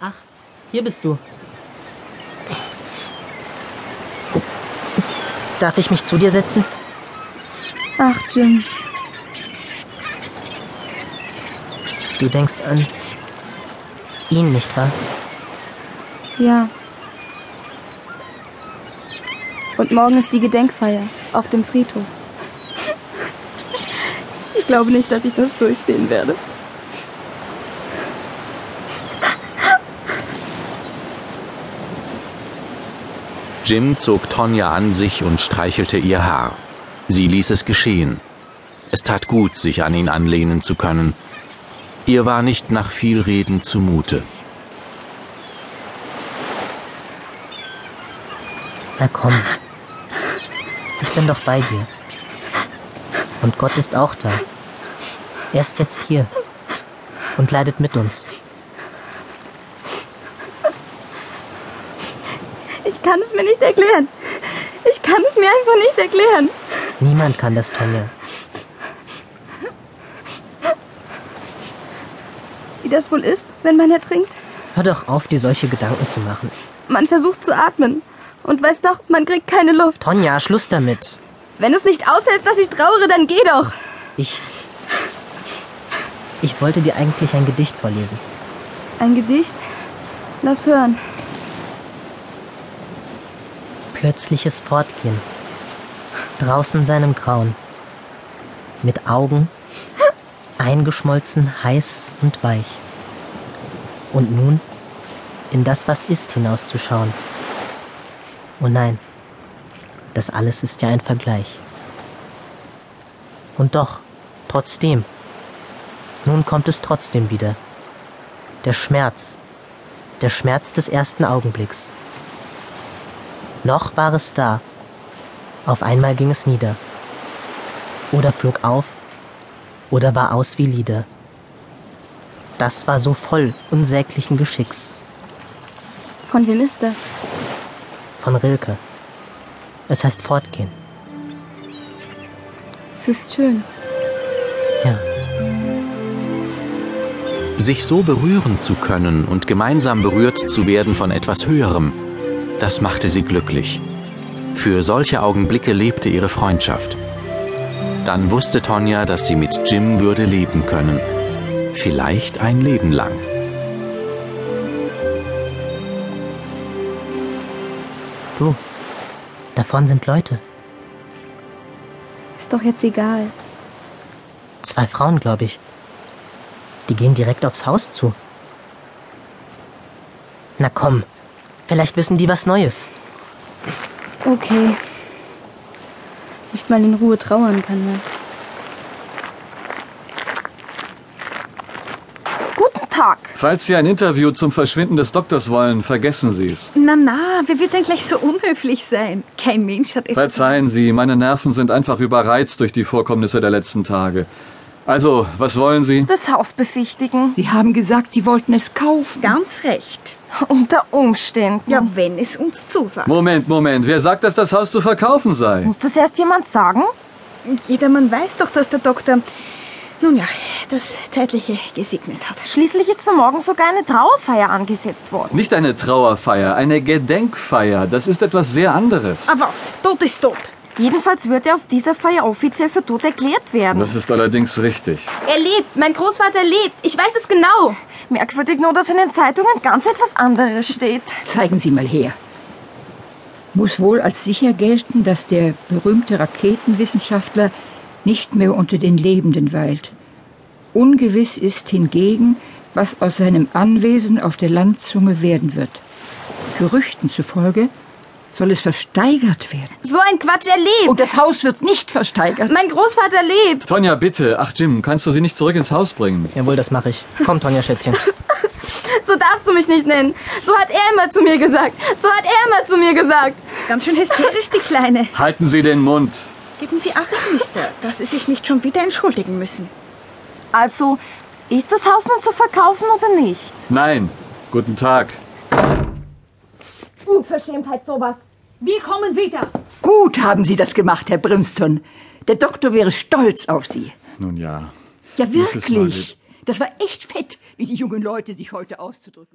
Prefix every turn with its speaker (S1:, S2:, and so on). S1: Ach, hier bist du. Darf ich mich zu dir setzen?
S2: Ach, Jim,
S1: Du denkst an ihn, nicht wahr?
S2: ja. Und morgen ist die Gedenkfeier auf dem Friedhof. Ich glaube nicht, dass ich das durchstehen werde.
S3: Jim zog Tonja an sich und streichelte ihr Haar. Sie ließ es geschehen. Es tat gut, sich an ihn anlehnen zu können. Ihr war nicht nach viel Reden zumute.
S1: Na komm. Ich bin doch bei dir. Und Gott ist auch da. Er ist jetzt hier und leidet mit uns.
S2: Ich kann es mir nicht erklären. Ich kann es mir einfach nicht erklären.
S1: Niemand kann das, Tonja.
S2: Wie das wohl ist, wenn man ertrinkt.
S1: Hör doch auf, dir solche Gedanken zu machen.
S2: Man versucht zu atmen und weiß doch, man kriegt keine Luft.
S1: Tonja, Schluss damit.
S2: Wenn du es nicht aushältst, dass ich trauere, dann geh doch.
S1: Ich. Ich wollte dir eigentlich ein Gedicht vorlesen.
S2: Ein Gedicht? Lass hören.
S1: plötzliches Fortgehen. Draußen seinem Grauen. Mit Augen, eingeschmolzen, heiß und weich. Und nun in das, was ist, hinauszuschauen. Oh nein, das alles ist ja ein Vergleich. Und doch, trotzdem. Nun kommt es trotzdem wieder. Der Schmerz. Der Schmerz des ersten Augenblicks. Noch war es da. Auf einmal ging es nieder. Oder flog auf, oder war aus wie Lieder. Das war so voll unsäglichen Geschicks
S2: Von wem ist das?
S1: von Rilke. Es heißt fortgehen.
S2: Es ist schön.
S1: Ja,
S3: Sich so berühren zu können und gemeinsam berührt zu werden von etwas Höherem, das machte sie glücklich. Für solche Augenblicke lebte ihre Freundschaft. Dann wusste Tonja, dass sie mit Jim würde leben können. Vielleicht ein Leben lang.
S1: du. Davon sind Leute.
S2: Ist doch jetzt egal.
S1: Zwei Frauen, glaube ich. Die gehen direkt aufs Haus zu. Na komm, vielleicht wissen die was Neues.
S2: Okay. Nicht mal in Ruhe trauern kann man.
S4: Guten Tag.
S5: Falls Sie ein Interview zum Verschwinden des Doktors wollen, vergessen Sie es.
S4: Na, na, wer wird denn gleich so unhöflich sein? Kein Mensch hat etwas.
S5: Verzeihen Sie, meine Nerven sind einfach überreizt durch die Vorkommnisse der letzten Tage. Also, was wollen Sie?
S4: Das Haus besichtigen.
S6: Sie haben gesagt, Sie wollten es kaufen.
S7: Ganz recht.
S4: Unter Umständen.
S7: Ja, wenn es uns zusagt.
S5: Moment, Moment, wer sagt, dass das Haus zu verkaufen sei?
S4: Muss das erst jemand sagen?
S7: Jedermann weiß doch, dass der Doktor, nun ja, das Zeitliche gesegnet hat.
S4: Schließlich ist für morgen sogar eine Trauerfeier angesetzt worden.
S5: Nicht eine Trauerfeier, eine Gedenkfeier. Das ist etwas sehr anderes.
S7: Ah was, tot ist tot.
S4: Jedenfalls wird er auf dieser Feier offiziell für tot erklärt werden.
S5: Das ist allerdings richtig.
S2: Er lebt. Mein Großvater lebt. Ich weiß es genau.
S4: Merkwürdig nur, dass in den Zeitungen ganz etwas anderes steht.
S6: Zeigen Sie mal her. Muss wohl als sicher gelten, dass der berühmte Raketenwissenschaftler nicht mehr unter den Lebenden weilt. Ungewiss ist hingegen, was aus seinem Anwesen auf der Landzunge werden wird. Gerüchten zufolge soll es versteigert werden.
S2: So ein Quatsch. Er lebt.
S6: Und das Haus wird nicht versteigert.
S2: Mein Großvater lebt.
S5: Tonja, bitte. Ach, Jim, kannst du sie nicht zurück ins Haus bringen?
S1: Jawohl, das mache ich. Komm, Tonja Schätzchen.
S2: So darfst du mich nicht nennen. So hat er immer zu mir gesagt. So hat er immer zu mir gesagt.
S7: Ganz schön hysterisch, die Kleine.
S5: Halten Sie den Mund.
S7: Geben Sie Acht, Mister, dass Sie sich nicht schon wieder entschuldigen müssen.
S4: Also, ist das Haus nun zu verkaufen oder nicht?
S5: Nein. Guten Tag.
S6: Gut haben Sie das gemacht, Herr Brimston. Der Doktor wäre stolz auf Sie.
S5: Nun ja.
S6: Ja,
S5: Mrs. Margaret.
S6: wirklich. Das war echt fett, wie die jungen Leute sich heute auszudrücken.